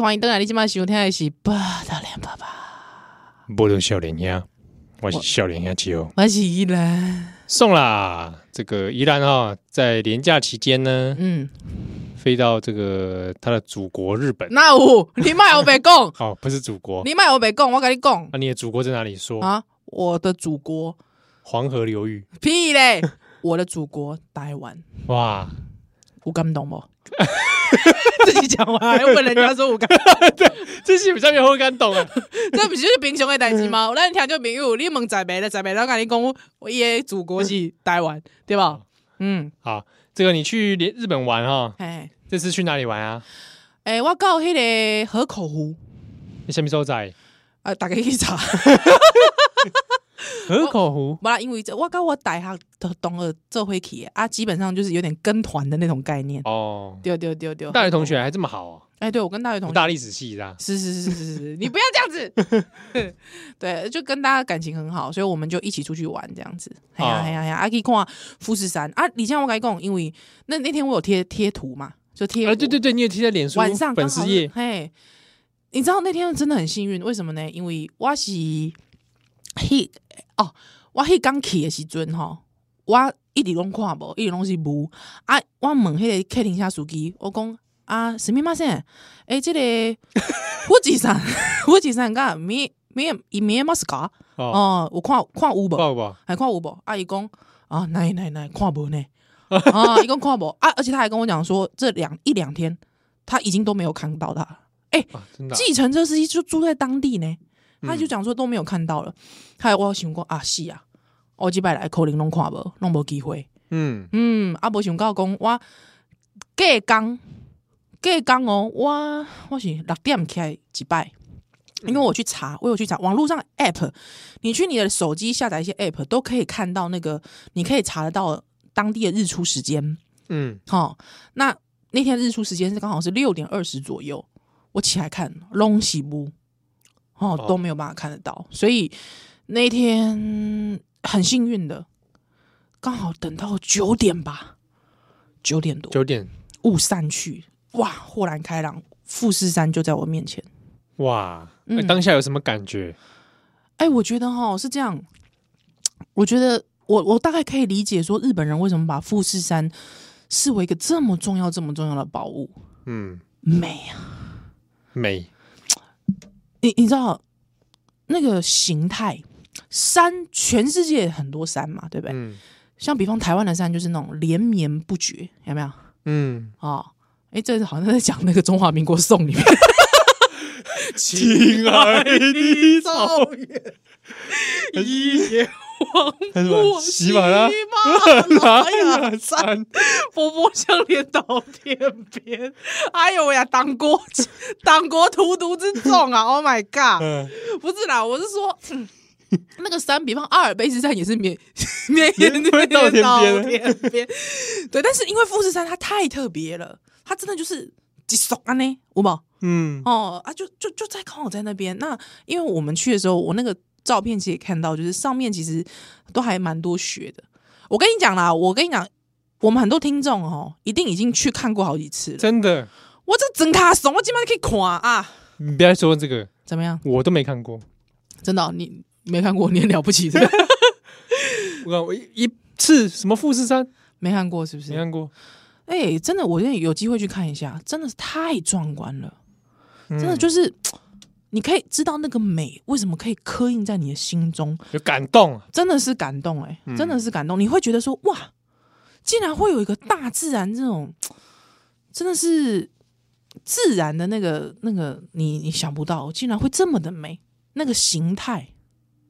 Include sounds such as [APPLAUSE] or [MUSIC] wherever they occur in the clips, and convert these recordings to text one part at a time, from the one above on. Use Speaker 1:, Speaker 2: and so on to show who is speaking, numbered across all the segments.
Speaker 1: 欢迎登来，你即摆收听的是《八大连爸爸
Speaker 2: 无论少年兄，我是少年兄七号》，，
Speaker 1: 我是依兰。
Speaker 2: 送啦！这个宜兰啊，在年假期间呢，
Speaker 1: 嗯，
Speaker 2: 飞到这个他的祖国日本，
Speaker 1: 那有 [LAUGHS] 你卖我白讲，
Speaker 2: 哦，不是祖国，
Speaker 1: 嗯
Speaker 2: 啊
Speaker 1: 你卖我白讲，我跟你 [LAUGHS] 讲
Speaker 2: 那、你的祖国在哪里说？
Speaker 1: 啊，我的祖国
Speaker 2: 黄河流域，
Speaker 1: 屁嘞， [LAUGHS] 我的祖国台湾，
Speaker 2: 哇，
Speaker 1: 有感动 [LAUGHS] 不？自己讲完哎还问人家说有感动，
Speaker 2: [LAUGHS] 这是比较没有感动啊。
Speaker 1: 这不是就是平常的代志吗？咱听就朋友，你问在白的在白，我跟你讲，我爷祖国是台湾，对吧？嗯，
Speaker 2: 好，这个你去连日本玩哈、哦，
Speaker 1: 哎
Speaker 2: 这次去哪里玩啊？
Speaker 1: 哎，我到迄个河口湖
Speaker 2: 你什么时候在？
Speaker 1: 啊，大家去查。
Speaker 2: 河口湖
Speaker 1: 不啦，因为这我跟我大学的同学做会去的啊，基本上就是有点跟团的那种概念。
Speaker 2: 哦，
Speaker 1: 对对对对，
Speaker 2: 大学同学还这么好、哦，
Speaker 1: 哎，对我跟大学同
Speaker 2: 读
Speaker 1: 学，
Speaker 2: 大历史系的、啊，
Speaker 1: 是是是是是是，你不要这样子。 [LAUGHS] 对，就跟大家感情很好，所以我们就一起出去玩这样子。哎呀
Speaker 2: 哦
Speaker 1: 哎呀哎呀，啊可以看富士山啊！李健我跟你讲，因为那那天我有贴贴图嘛，就贴
Speaker 2: 啊，对对
Speaker 1: 我，
Speaker 2: 对，你也贴在脸书
Speaker 1: 晚上
Speaker 2: 粉
Speaker 1: 刚好
Speaker 2: 丝
Speaker 1: 是
Speaker 2: 页，
Speaker 1: 嘿，你知道那天真的很幸运，为什么呢？因为我是迄哦，我迄刚去的时阵吼，我一直拢看无，一直拢是无啊。我问迄个客厅下司机，我讲啊，什么嘛先？诶、这个
Speaker 2: [LAUGHS]
Speaker 1: 富士山，富士山噶没没伊没马斯卡
Speaker 2: 哦，
Speaker 1: 哦，有看看有无？
Speaker 2: 抱抱，
Speaker 1: 还看有无？啊，伊讲啊，哪哪哪看无
Speaker 2: [LAUGHS]
Speaker 1: 呢？啊，伊讲看无啊，而且他还跟我讲说，这两一两天他已经都没有看到他。
Speaker 2: 啊，真的啊、
Speaker 1: 计程车司机就住在当地呢，他就
Speaker 2: 嗯
Speaker 1: 讲说都没有看到了。还有我有想过啊，是啊，我几摆来可能拢看无，拢无机会。
Speaker 2: 嗯，
Speaker 1: 嗯，啊，无想到讲我隔工隔工哦，我我是六点起来几摆。因为我去查，我有去查网络上 app，你去你的手机下载一些 app，都可以看到那个，你可以查得到当地的日出时间。
Speaker 2: 嗯，
Speaker 1: 哦，那那天日出时间是刚好是六点二十左右，我起来看龙喜不，哦
Speaker 2: 哦
Speaker 1: 都没有办法看得到，所以那天很幸运的，刚好等到九点吧，九点多
Speaker 2: 九点，
Speaker 1: 雾散去，哇，豁然开朗，富士山就在我面前。
Speaker 2: 哇，
Speaker 1: 嗯
Speaker 2: 哎当下有什么感觉？
Speaker 1: 哎，我觉得哈是这样，我觉得我我大概可以理解说日本人为什么把富士山视为一个这么重要、这么重要的宝物，
Speaker 2: 嗯，
Speaker 1: 美啊。
Speaker 2: 美，
Speaker 1: 你你知道那个形态山，全世界很多山嘛，对不对？
Speaker 2: 嗯
Speaker 1: 像比方台湾的山就是那种连绵不绝，有没有？
Speaker 2: 嗯，
Speaker 1: 哦，哎，这好像在讲那个中华民国颂里面。
Speaker 2: 亲爱的草
Speaker 1: 原，
Speaker 2: 原，
Speaker 1: 王 [LAUGHS]
Speaker 2: 他说喜马拉
Speaker 1: 拉
Speaker 2: [LAUGHS] 啊哎呀，山，
Speaker 1: [LAUGHS] 波波相连到天边， [LAUGHS] 哎呦喂呀，党国党国荼毒之重啊！Oh my god！
Speaker 2: 嗯，
Speaker 1: [LAUGHS] 不是啦，我是说。嗯 [LAUGHS] 那个山，比方阿尔卑斯山也是 [LAUGHS] 绵绵延
Speaker 2: 到天边
Speaker 1: 天边，对。但是因为富士山它太特别了，它真的就是几爽啊呢，有没有
Speaker 2: 嗯，
Speaker 1: 哦啊，就就就在刚好在那边。那因为我们去的时候，我那个照片其实也看到，就是上面其实都还蛮多雪的。我跟你讲啦，我跟你讲，我们很多听众哦，一定已经去看过好几次了。
Speaker 2: 真的，
Speaker 1: 我这整卡怂，我今晚可以垮啊！
Speaker 2: 你不要说这个，
Speaker 1: 怎么样？
Speaker 2: 我都没看过，
Speaker 1: 真的哦、你没看过，你很了不起是不是
Speaker 2: 我看我一一次什么富士山
Speaker 1: 没看过是不是
Speaker 2: 没？看过，
Speaker 1: 哎、真的，我觉得有机会去看一下，真的是太壮观了，
Speaker 2: 真
Speaker 1: 真的就是。你可以知道那个美为什么可以刻印在你的心中，
Speaker 2: 有感动啊，
Speaker 1: 真的是感动哎、
Speaker 2: 嗯
Speaker 1: 真的是感动。你会觉得说哇，竟然会有一个大自然这种，真的是自然的那个那个，你你想不到，竟然会这么的美，那个形态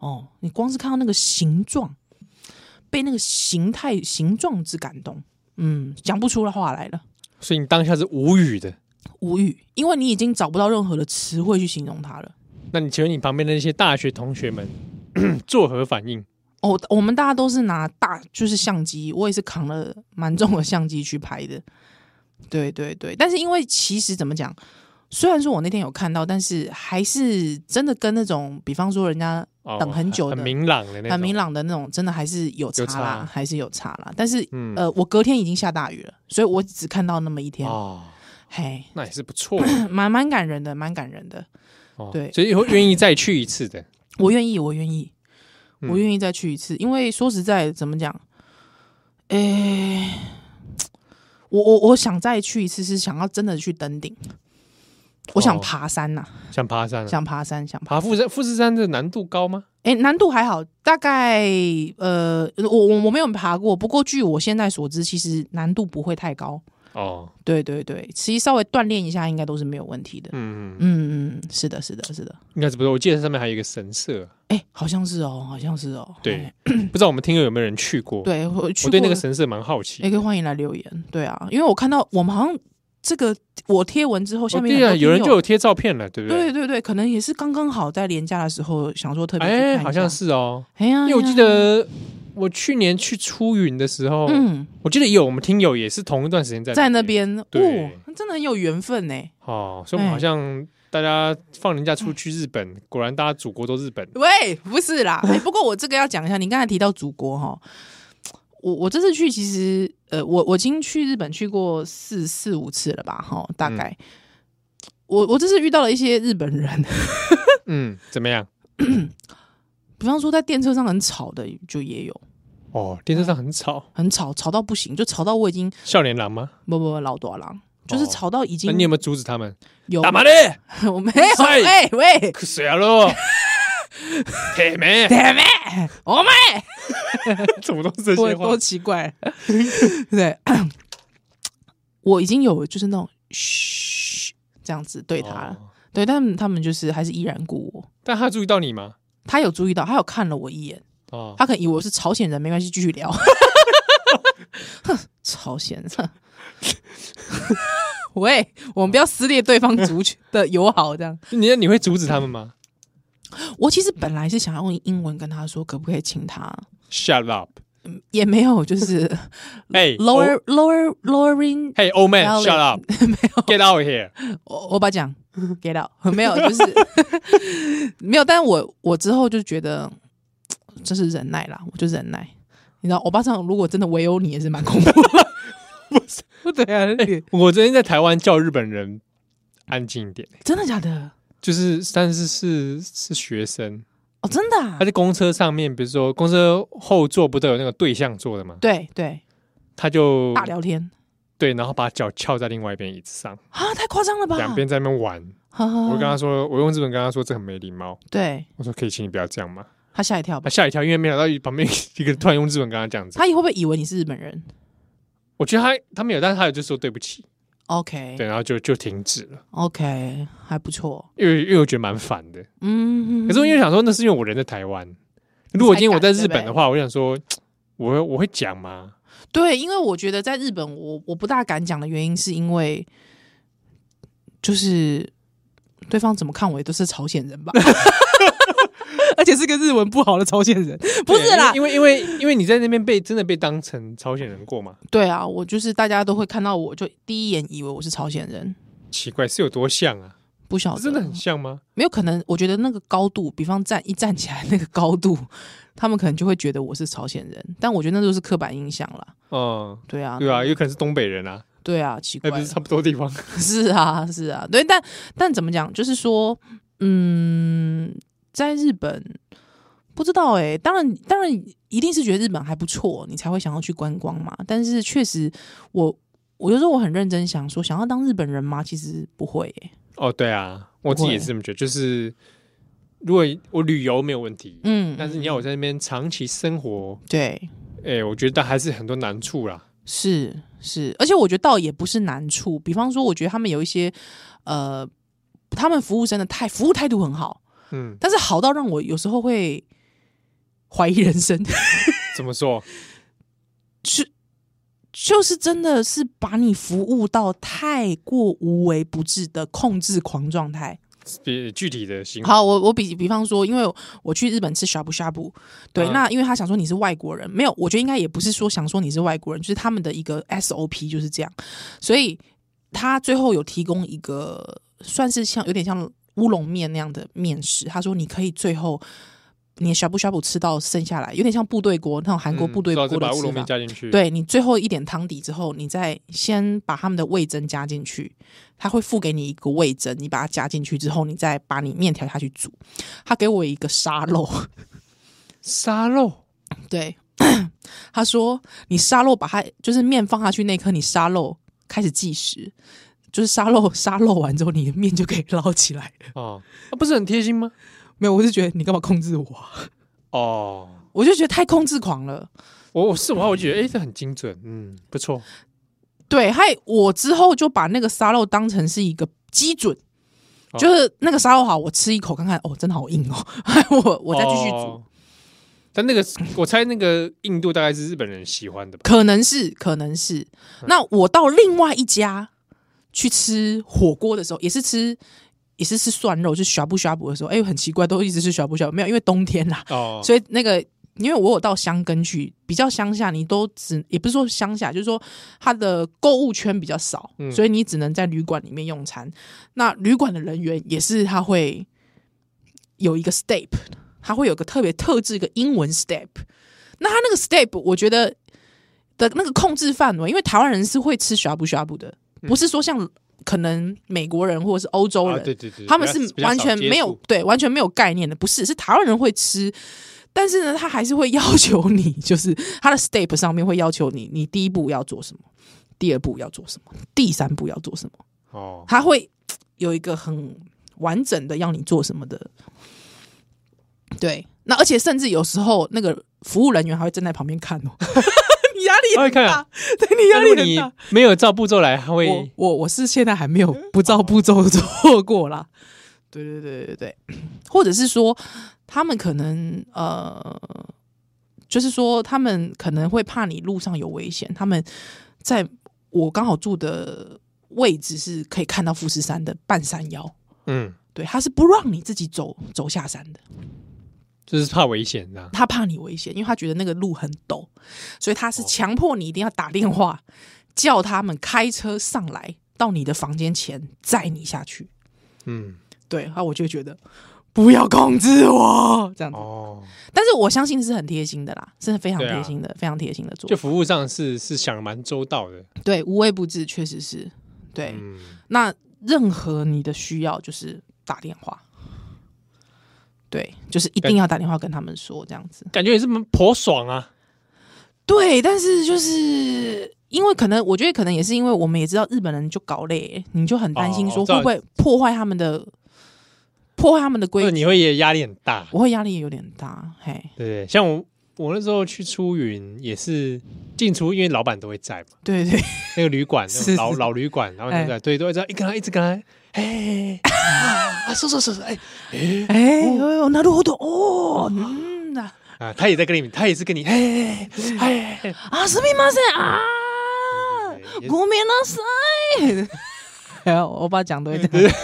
Speaker 1: 哦，你光是看到那个形状，被那个形态形状之感动，嗯，讲不出的话来了。
Speaker 2: 所以你当下是无语的。
Speaker 1: 无语，因为你已经找不到任何的词汇去形容它了。
Speaker 2: 那你请问你旁边的那些大学同学们 [CLEARS THROAT] 作何反应？
Speaker 1: 哦，我们大家都是拿大就是相机，我也是扛了蛮重的相机去拍的。对对对，但是因为其实怎么讲，虽然说我那天有看到，但是还是真的跟那种，比方说人家
Speaker 2: 哦
Speaker 1: 等很久的
Speaker 2: 很明朗的那种，
Speaker 1: 很明朗的那种，真的还是有差
Speaker 2: 有
Speaker 1: 啦，
Speaker 2: 差啊
Speaker 1: 还是有差啦。但是、
Speaker 2: 嗯
Speaker 1: 呃，我隔天已经下大雨了，所以我只看到那么一天。
Speaker 2: 哦，
Speaker 1: 嘿，
Speaker 2: 那也是不错
Speaker 1: [COUGHS] 蛮蛮感人的，蛮感人的。
Speaker 2: 哦。
Speaker 1: 对
Speaker 2: 所以会愿意再去一次的。
Speaker 1: 我愿意，我愿意，
Speaker 2: 嗯
Speaker 1: 我愿意再去一次，因为说实在，怎么讲，诶、我我我想再去一次，是想要真的去登顶，我想
Speaker 2: 哦
Speaker 1: 爬山呐、
Speaker 2: 像爬山、啊，
Speaker 1: 想爬山，想爬。
Speaker 2: 爬富士富士山的难度高吗？
Speaker 1: 诶、难度还好，大概呃，我我我没有爬过，不过据我现在所知，其实难度不会太高。
Speaker 2: 哦，
Speaker 1: 对对对，其实稍微锻炼一下，应该都是没有问题的。
Speaker 2: 嗯，
Speaker 1: 嗯嗯，是的，是的，是的。
Speaker 2: 应该是不是？我记得上面还有一个神社，啊
Speaker 1: 诶，好像是哦，好像是哦。
Speaker 2: 对 [COUGHS]
Speaker 1: 哎，
Speaker 2: 不知道我们听友有没有人去过？，
Speaker 1: 对，我去
Speaker 2: 我对那
Speaker 1: 过哎
Speaker 2: 个神社蛮好奇。
Speaker 1: 也可以欢迎来留言。对啊，因为我看到我们好像这个我贴文之后，下
Speaker 2: 哦
Speaker 1: 面
Speaker 2: 对啊，
Speaker 1: 很多
Speaker 2: 有人
Speaker 1: 听
Speaker 2: 就有贴照片了，对不
Speaker 1: 对对对，可能也是刚刚好在廉价的时候想说特别去看一
Speaker 2: 哎，
Speaker 1: 下
Speaker 2: 好像是哦，
Speaker 1: 哎呀，
Speaker 2: 因为我记
Speaker 1: 哎呀
Speaker 2: 得我去年去出云的时候，
Speaker 1: 嗯，
Speaker 2: 我记得也有我们听友也是同一段时间在
Speaker 1: 在那边哦
Speaker 2: 对，
Speaker 1: 真的很有缘分呢。
Speaker 2: 哦，所以我们好像大家放人假出去日本，果然大家祖国都日本
Speaker 1: 喂，不是 [LAUGHS] 啦，哎，不过我这个要讲一下，你刚才提到祖国哈。我我这次去，其实呃，我我已经去日本去过四四五次了吧，哈，大概。我我这次遇到了一些日本人， [LAUGHS]
Speaker 2: 嗯，怎么样？
Speaker 1: 比方说在电车上很吵的就也有，
Speaker 2: 哦，电车上很吵，
Speaker 1: 很吵，吵到不行，就吵到我已经
Speaker 2: 笑脸狼吗？
Speaker 1: 不不不老多狼，就是吵到已经
Speaker 2: 哦那你有没有阻止他们？
Speaker 1: 有
Speaker 2: 打麻嘞，
Speaker 1: [LAUGHS] 我没有
Speaker 2: 塞
Speaker 1: 喂喂，
Speaker 2: 可谁啊喽？铁妹，
Speaker 1: 姐妹，我妹，
Speaker 2: 怎么都是这
Speaker 1: 我
Speaker 2: 些
Speaker 1: 多
Speaker 2: 话？
Speaker 1: 奇怪， [LAUGHS] 对， [COUGHS] 我已经有就是那种嘘这样子对他了，
Speaker 2: 哦
Speaker 1: 对，但他们就是还是依然顾我。
Speaker 2: 但他注意到你吗？
Speaker 1: 他有注意到，他有看了我一眼，
Speaker 2: 哦，
Speaker 1: 他可能以为我是朝鲜人，没关系，继续聊。 [LAUGHS] 哼，朝鲜人， [LAUGHS] 哼喂，我们不要撕裂对方族群的友好，这样。
Speaker 2: 你你会阻止他们吗
Speaker 1: 我其实本来是想要用英文跟他说，可不可以请他，
Speaker 2: ？Shut up！
Speaker 1: 也没有，就是 [LAUGHS]
Speaker 2: 哎
Speaker 1: lower lower lowering，
Speaker 2: Hey old man,
Speaker 1: Valid
Speaker 2: shut up! Get out here!
Speaker 1: 我我把它 [LAUGHS] 讲 get out，没有，就是 [LAUGHS] 没有。但我我之后就觉得这是忍耐啦，我就忍耐。你知道，欧巴桑如果真的围殴你，也是蛮恐怖的。 [LAUGHS] 不是，对啊，你
Speaker 2: 我昨天在台湾叫日本人安静一点，
Speaker 1: 哎真的假的？
Speaker 2: 就是但是是是学生，
Speaker 1: 哦，真的、啊
Speaker 2: 他？在公车上面，比如说公车后座不都有那个对象坐的吗？
Speaker 1: 对对，
Speaker 2: 他就
Speaker 1: 大聊天
Speaker 2: 对，然后把脚翘在另外一边椅子上，
Speaker 1: 啊，太夸张了吧？
Speaker 2: 两边在那边玩。
Speaker 1: 呵呵呵，
Speaker 2: 我跟他说，
Speaker 1: 哦
Speaker 2: 我用日本跟他说这很没礼貌，
Speaker 1: 对
Speaker 2: 我说可以请你不要这样吗？
Speaker 1: 他吓一跳
Speaker 2: 他
Speaker 1: 吧？
Speaker 2: 吓一跳，因为没想到旁边一个人突然用日文跟他这样子。
Speaker 1: 他会不会以为你是日本人
Speaker 2: 我觉得他他没有，但是他有就说对不起，
Speaker 1: ？OK，
Speaker 2: 对，然后就就停止了，
Speaker 1: OK，还不错。
Speaker 2: 因为因为我觉得蛮烦的。
Speaker 1: 嗯，
Speaker 2: 可是我因为想说，那是因为我人在台湾。如果今天我在日本的话，我想说，我会我会讲吗？
Speaker 1: 对，因为我觉得在日本我，我不大敢讲的原因是因为，就是对方怎么看我也都是朝鲜人吧， [LAUGHS] 而且是个日文不好的朝鲜人，不是啦
Speaker 2: 对，因为因为因为因为你在那边被真的被当成朝鲜人过嘛？
Speaker 1: 对啊，我就是大家都会看到我就第一眼以为我是朝鲜人，
Speaker 2: 奇怪，是有多像啊？
Speaker 1: 不晓得
Speaker 2: 真的很像吗？
Speaker 1: 没有可能，我觉得那个高度，比方站一站起来那个高度，他们可能就会觉得我是朝鲜人，但我觉得那都是刻板印象啦。
Speaker 2: 嗯，
Speaker 1: 对啊，
Speaker 2: 对啊，有可能是东北人啊，
Speaker 1: 对啊，奇怪
Speaker 2: 哎，
Speaker 1: 了，
Speaker 2: 不是差不多地方。
Speaker 1: [LAUGHS] 是啊，是啊，对，但但怎么讲，就是说，嗯，在日本不知道哎、当然当然一定是觉得日本还不错，你才会想要去观光嘛。但是确实我，我就说我很认真想说，想要当日本人吗？其实不会、欸，
Speaker 2: [LAUGHS] 哦，对啊，我自己也是这么觉得，就是如果我旅游没有问题，
Speaker 1: 嗯，
Speaker 2: 但是你要我在那边长期生活，
Speaker 1: 对，
Speaker 2: 哎，我觉得还是很多难处啦。
Speaker 1: 是是，而且我觉得倒也不是难处，比方说，我觉得他们有一些呃，他们服务生的态服务态度很好，
Speaker 2: 嗯，
Speaker 1: 但是好到让我有时候会怀疑人生。
Speaker 2: 怎么说？
Speaker 1: 就是真的是把你服务到太过无微不至的控制狂状态。
Speaker 2: 比具体的形容
Speaker 1: 好，我我比比方说，因为我去日本吃 shabu shabu，对，
Speaker 2: 嗯
Speaker 1: 那因为他想说你是外国人，没有，我觉得应该也不是说想说你是外国人，就是他们的一个 SOP 就是这样，所以他最后有提供一个算是像有点像乌龙面那样的面食，他说你可以最后你的呷哺呷哺吃到剩下来，有点像部队锅那种韩国部队锅
Speaker 2: 嗯知道
Speaker 1: 的
Speaker 2: 再把乌
Speaker 1: 吃
Speaker 2: 龙面
Speaker 1: 法。
Speaker 2: 加进去，，
Speaker 1: 对你最后一点汤底之后，你再先把他们的味增加进去，他会付给你一个味增，你把它加进去之后，你再把你面条下去煮。他给我一个沙漏，
Speaker 2: 沙漏
Speaker 1: [LAUGHS] 对，他说你沙漏把它就是面放下去那一刻，你沙漏开始计时，就是沙漏沙漏完之后，你的面就可以捞起来。
Speaker 2: 哦，那不是很贴心吗？
Speaker 1: 没有，我是觉得你干嘛控制我啊？
Speaker 2: 哦，
Speaker 1: 我就觉得太控制狂了。
Speaker 2: 我我是我话，我觉得哎、这很精准，嗯，不错，
Speaker 1: 对，还我之后就把那个沙漏当成是一个基准，
Speaker 2: 哦
Speaker 1: 就是那个沙漏好，我吃一口看看，哦，真的好硬哦， [LAUGHS] 我我再继续煮。
Speaker 2: 哦但那个我猜那个硬度大概是日本人喜欢的吧？
Speaker 1: 可能是，可能是。那我到另外一家去吃火锅的时候，也是吃，也是吃涮肉，就呷哺呷哺的时候，哎、很奇怪，都一直是呷哺呷哺，没有，因为冬天啦，
Speaker 2: 哦，
Speaker 1: 所以那个，因为我有到乡根去，比较乡下，你都只也不是说乡下，就是说它的购物圈比较少，
Speaker 2: 嗯
Speaker 1: 所以你只能在旅馆里面用餐。那旅馆的人员也是他会有一个 step，他会有个特别特制一个英文 step。那他那个 step，我觉得的那个控制范围，因为台湾人是会吃呷哺呷哺的，不是说像可能美国人或者是欧洲人
Speaker 2: 嗯啊、，对对对，
Speaker 1: 他们
Speaker 2: 比较
Speaker 1: 是
Speaker 2: 比较
Speaker 1: 完
Speaker 2: 少
Speaker 1: 全
Speaker 2: 接
Speaker 1: 没有
Speaker 2: 触
Speaker 1: 对完全没有概念的，不是是台湾人会吃，但是呢，他还是会 [LAUGHS] 要求你，就是他的 step 上面会要求你，你第一步要做什么，第二步要做什么，第三步要做什么，
Speaker 2: 哦，
Speaker 1: 他会有一个很完整的要你做什么的。对，那而且甚至有时候那个服务人员还会站在旁边看哦， [LAUGHS] 你压力
Speaker 2: 他会
Speaker 1: 很
Speaker 2: 看
Speaker 1: 大
Speaker 2: 啊，
Speaker 1: 对你压
Speaker 2: 但
Speaker 1: 力
Speaker 2: 如果
Speaker 1: 很
Speaker 2: 你
Speaker 1: 大。
Speaker 2: 没有照步骤来，他
Speaker 1: 我
Speaker 2: 会
Speaker 1: 我我是现在还没有不照步骤做过啦。 [LAUGHS] 对对对对 [COUGHS] 对，或者是说他们可能呃，就是说他们可能会怕你路上有危险，他们在我刚好住的位置是可以看到富士山的半山腰，
Speaker 2: 嗯，
Speaker 1: 对，他是不让你自己走走下山的，
Speaker 2: 就是怕危险呐、
Speaker 1: 他怕你危险，因为他觉得那个路很陡，所以他
Speaker 2: 哦
Speaker 1: 是强迫你一定要打电话叫他们开车上来到你的房间前载你下去。
Speaker 2: 嗯，
Speaker 1: 对，然后我就觉得不要控制我这样子。
Speaker 2: 哦，
Speaker 1: 但是我相信是很贴心的啦，是非常
Speaker 2: 对啊
Speaker 1: 贴心的，非常贴心的做
Speaker 2: 就。服务上是是想得蛮周到的，
Speaker 1: 对，无微不至，确实是。对，
Speaker 2: 嗯，
Speaker 1: 那任何你的需要就是打电话。对，就是一定要打电话跟他们说这样子。
Speaker 2: 感觉也是蛮颇爽啊，
Speaker 1: 对，但是就是因为可能，我觉得可能也是因为我们也知道日本人就搞累，你就很担心
Speaker 2: 哦
Speaker 1: 说
Speaker 2: 我知
Speaker 1: 会
Speaker 2: 道
Speaker 1: 不会破坏他们的破坏他们的
Speaker 2: 那
Speaker 1: 规矩，
Speaker 2: 你会也压力很大，
Speaker 1: 我会压力有点大。嘿，
Speaker 2: 对，像我我那时候去出云也是进出，因为老板都会在嘛，
Speaker 1: 对对
Speaker 2: 那个旅馆
Speaker 1: 是
Speaker 2: 那种老
Speaker 1: 是
Speaker 2: 老旅馆，然后
Speaker 1: 哎
Speaker 2: 都在，对，都会在一跟他一直跟他，哎，啊，说说说说，哎 [LAUGHS] 哎
Speaker 1: 哎呦，なるほど哦，嗯啊，
Speaker 2: 啊，他也在跟你，他也是跟你，哎哎哎，
Speaker 1: 啊，すみません
Speaker 2: [LAUGHS]
Speaker 1: 啊
Speaker 2: 对对，对
Speaker 1: ごめんなさい。 [LAUGHS] 哎呀，我爸讲都会
Speaker 2: [LAUGHS]
Speaker 1: 这样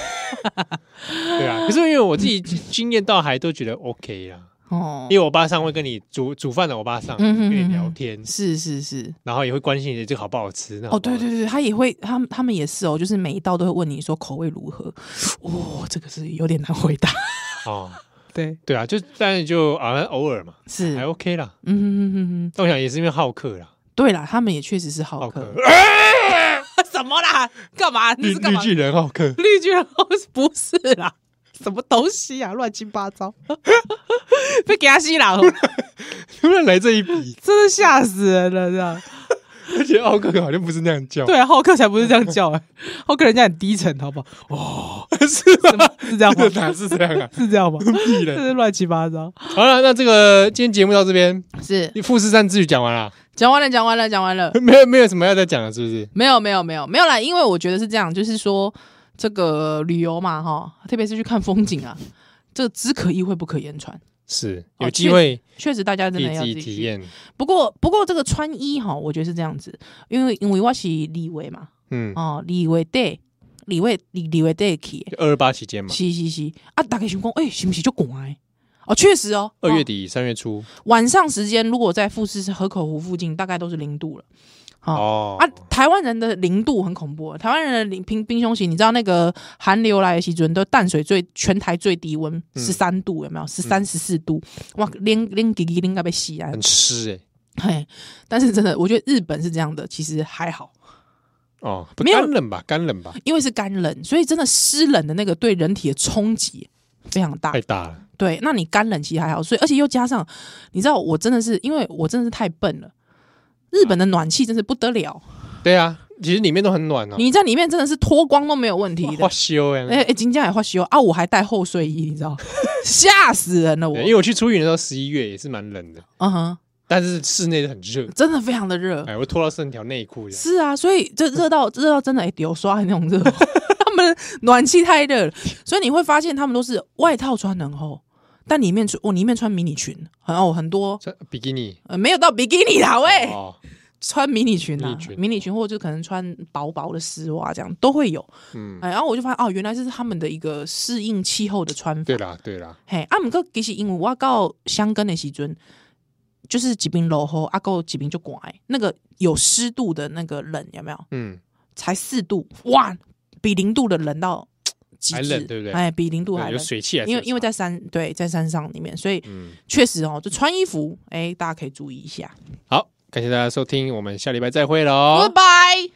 Speaker 2: 对啊，可是因为我自己经验到还都觉得 OK 啦。
Speaker 1: 哦，
Speaker 2: 因为我爸上会跟你煮煮饭的，我爸上
Speaker 1: 嗯哼
Speaker 2: 跟你
Speaker 1: 嗯哼
Speaker 2: 聊天，
Speaker 1: 是是是，
Speaker 2: 然后也会关心你的这个好不好吃。那好
Speaker 1: 哦，
Speaker 2: 不好
Speaker 1: 对对对，他也会，他们他们也是哦，就是每一道都会问你说口味如 [GASPS] 何，哦，这个是有点难回答，
Speaker 2: 哦，
Speaker 1: 对，
Speaker 2: 对啊，就但是就啊偶尔嘛，
Speaker 1: 是，
Speaker 2: 还 OK 啦。
Speaker 1: 嗯哼哼哼哼，
Speaker 2: 但我想也是因为好客啦，
Speaker 1: 对啦，他们也确实是好
Speaker 2: 好客
Speaker 1: 客，， [LAUGHS] 什么啦？干嘛？你
Speaker 2: 绿
Speaker 1: 是干
Speaker 2: 绿
Speaker 1: 嘛？
Speaker 2: 巨人好客，
Speaker 1: 绿巨人 [LAUGHS] 不是啦，什么东西啊，乱七八糟， [LAUGHS] 被给他吸了。 [LAUGHS]
Speaker 2: 突然来这一笔，
Speaker 1: 真的吓死人了，这样。
Speaker 2: 而且好客好像不是那样叫，
Speaker 1: 对啊，浩克才不是这样叫哎、浩克人家很低沉，好不好？
Speaker 2: 是吧？
Speaker 1: 是这样吗？
Speaker 2: 哪 [LAUGHS] 是这样啊？
Speaker 1: 是这样吗？[LAUGHS]
Speaker 2: 屁
Speaker 1: 这
Speaker 2: 人。
Speaker 1: 是乱七八糟。
Speaker 2: 好了，那这个今天节目到这边，
Speaker 1: 是
Speaker 2: 富士山之旅讲完了，
Speaker 1: 讲完了，讲完了，讲完了。
Speaker 2: 没有没有什么要再讲了，是不是？
Speaker 1: 没有，没有，没有，没有啦。因为我觉得是这样，就是说这个旅游嘛，哈，特别是去看风景啊，这个只可意会不可言传。
Speaker 2: 是
Speaker 1: 哦
Speaker 2: 有机会
Speaker 1: 确实，大家
Speaker 2: 可
Speaker 1: 真
Speaker 2: 以
Speaker 1: 的要
Speaker 2: 自
Speaker 1: 自
Speaker 2: 己
Speaker 1: 己
Speaker 2: 体
Speaker 1: 去。
Speaker 2: 验，
Speaker 1: 不过，不过这个穿衣哈，我觉得是这样子，因为因为我是李维嘛，
Speaker 2: 嗯，
Speaker 1: 哦，李维 day，李维李李维 day 去的，
Speaker 2: 二二八期间嘛，
Speaker 1: 是是是啊，大概想讲，哎、是不是就赶的？哦，确实哦，
Speaker 2: 二
Speaker 1: 哦
Speaker 2: 月底三月初，
Speaker 1: 晚上时间如果在富士河口湖附近，大概都是零度了。
Speaker 2: 哦
Speaker 1: 啊，台湾人的零度很恐怖，台湾人的零冰冰凶型，你知道那个寒流来的时准都淡水最全台最低温
Speaker 2: 嗯
Speaker 1: 十三度，有没有？十三十四度，哇，连连吉吉应该被吸啊！
Speaker 2: 很湿哎、
Speaker 1: 嘿，但是真的，我觉得日本是这样的，其实还好，
Speaker 2: 哦，不
Speaker 1: 没有
Speaker 2: 干冷吧？干冷吧？
Speaker 1: 因为是干冷，所以真的湿冷的那个对人体的冲击非常大
Speaker 2: 太。大了，
Speaker 1: 对，那你干冷其实还好，所以而且又加上，你知道我真的是因为我真的是太笨了，日本的暖气真是不得了，
Speaker 2: 对啊，其实里面都很暖哦、
Speaker 1: 你在里面真的是脱光都没有问题
Speaker 2: 哇
Speaker 1: 的
Speaker 2: 花。修哎、
Speaker 1: [LAUGHS] 哎、哎，金价也花休啊！我还带厚睡衣，你知道， [LAUGHS] 吓死人了我
Speaker 2: 对。因为我去出云的时候，十一月也是蛮冷的，
Speaker 1: 嗯哼，
Speaker 2: 但是室内很热，
Speaker 1: 真的非常的热。
Speaker 2: 哎，我脱到剩条内裤这样，
Speaker 1: 是啊，所以这热到热到真的哎、有刷的那种热， [LAUGHS] 他们暖气太热了，所以你会发现他们都是外套穿得很厚，但里面穿我、里面穿迷你裙，很哦很多
Speaker 2: 穿比基尼，
Speaker 1: 呃没有到比基尼啦喂，
Speaker 2: 哦，
Speaker 1: 穿迷你裙
Speaker 2: 迷
Speaker 1: 啊
Speaker 2: 你裙，
Speaker 1: 迷你裙或者就可能穿薄薄的丝袜这样都会有。
Speaker 2: 嗯，
Speaker 1: 哎，然后我就发现哦，原来这是他们的一个适应气候的穿法。
Speaker 2: 对啦对啦，
Speaker 1: 嘿，啊，毋过其实因为我到香根的时阵，就是一边落雨，啊，够一边就寒的，那个有湿度的那个冷有没有？
Speaker 2: 嗯，
Speaker 1: 才四度，哇，比零度的冷到极
Speaker 2: 还
Speaker 1: 致，
Speaker 2: 冷对不对
Speaker 1: 哎，比零度还
Speaker 2: 有
Speaker 1: 冷。
Speaker 2: 水汽啊还是有
Speaker 1: 因
Speaker 2: 差，
Speaker 1: 为因为在山对在山上里面，所以
Speaker 2: 嗯，
Speaker 1: 确实哦，就穿衣服，哎，大家可以注意一下。
Speaker 2: 好，感谢大家收听，我们下礼拜再会喽，
Speaker 1: 哦 Goodbye。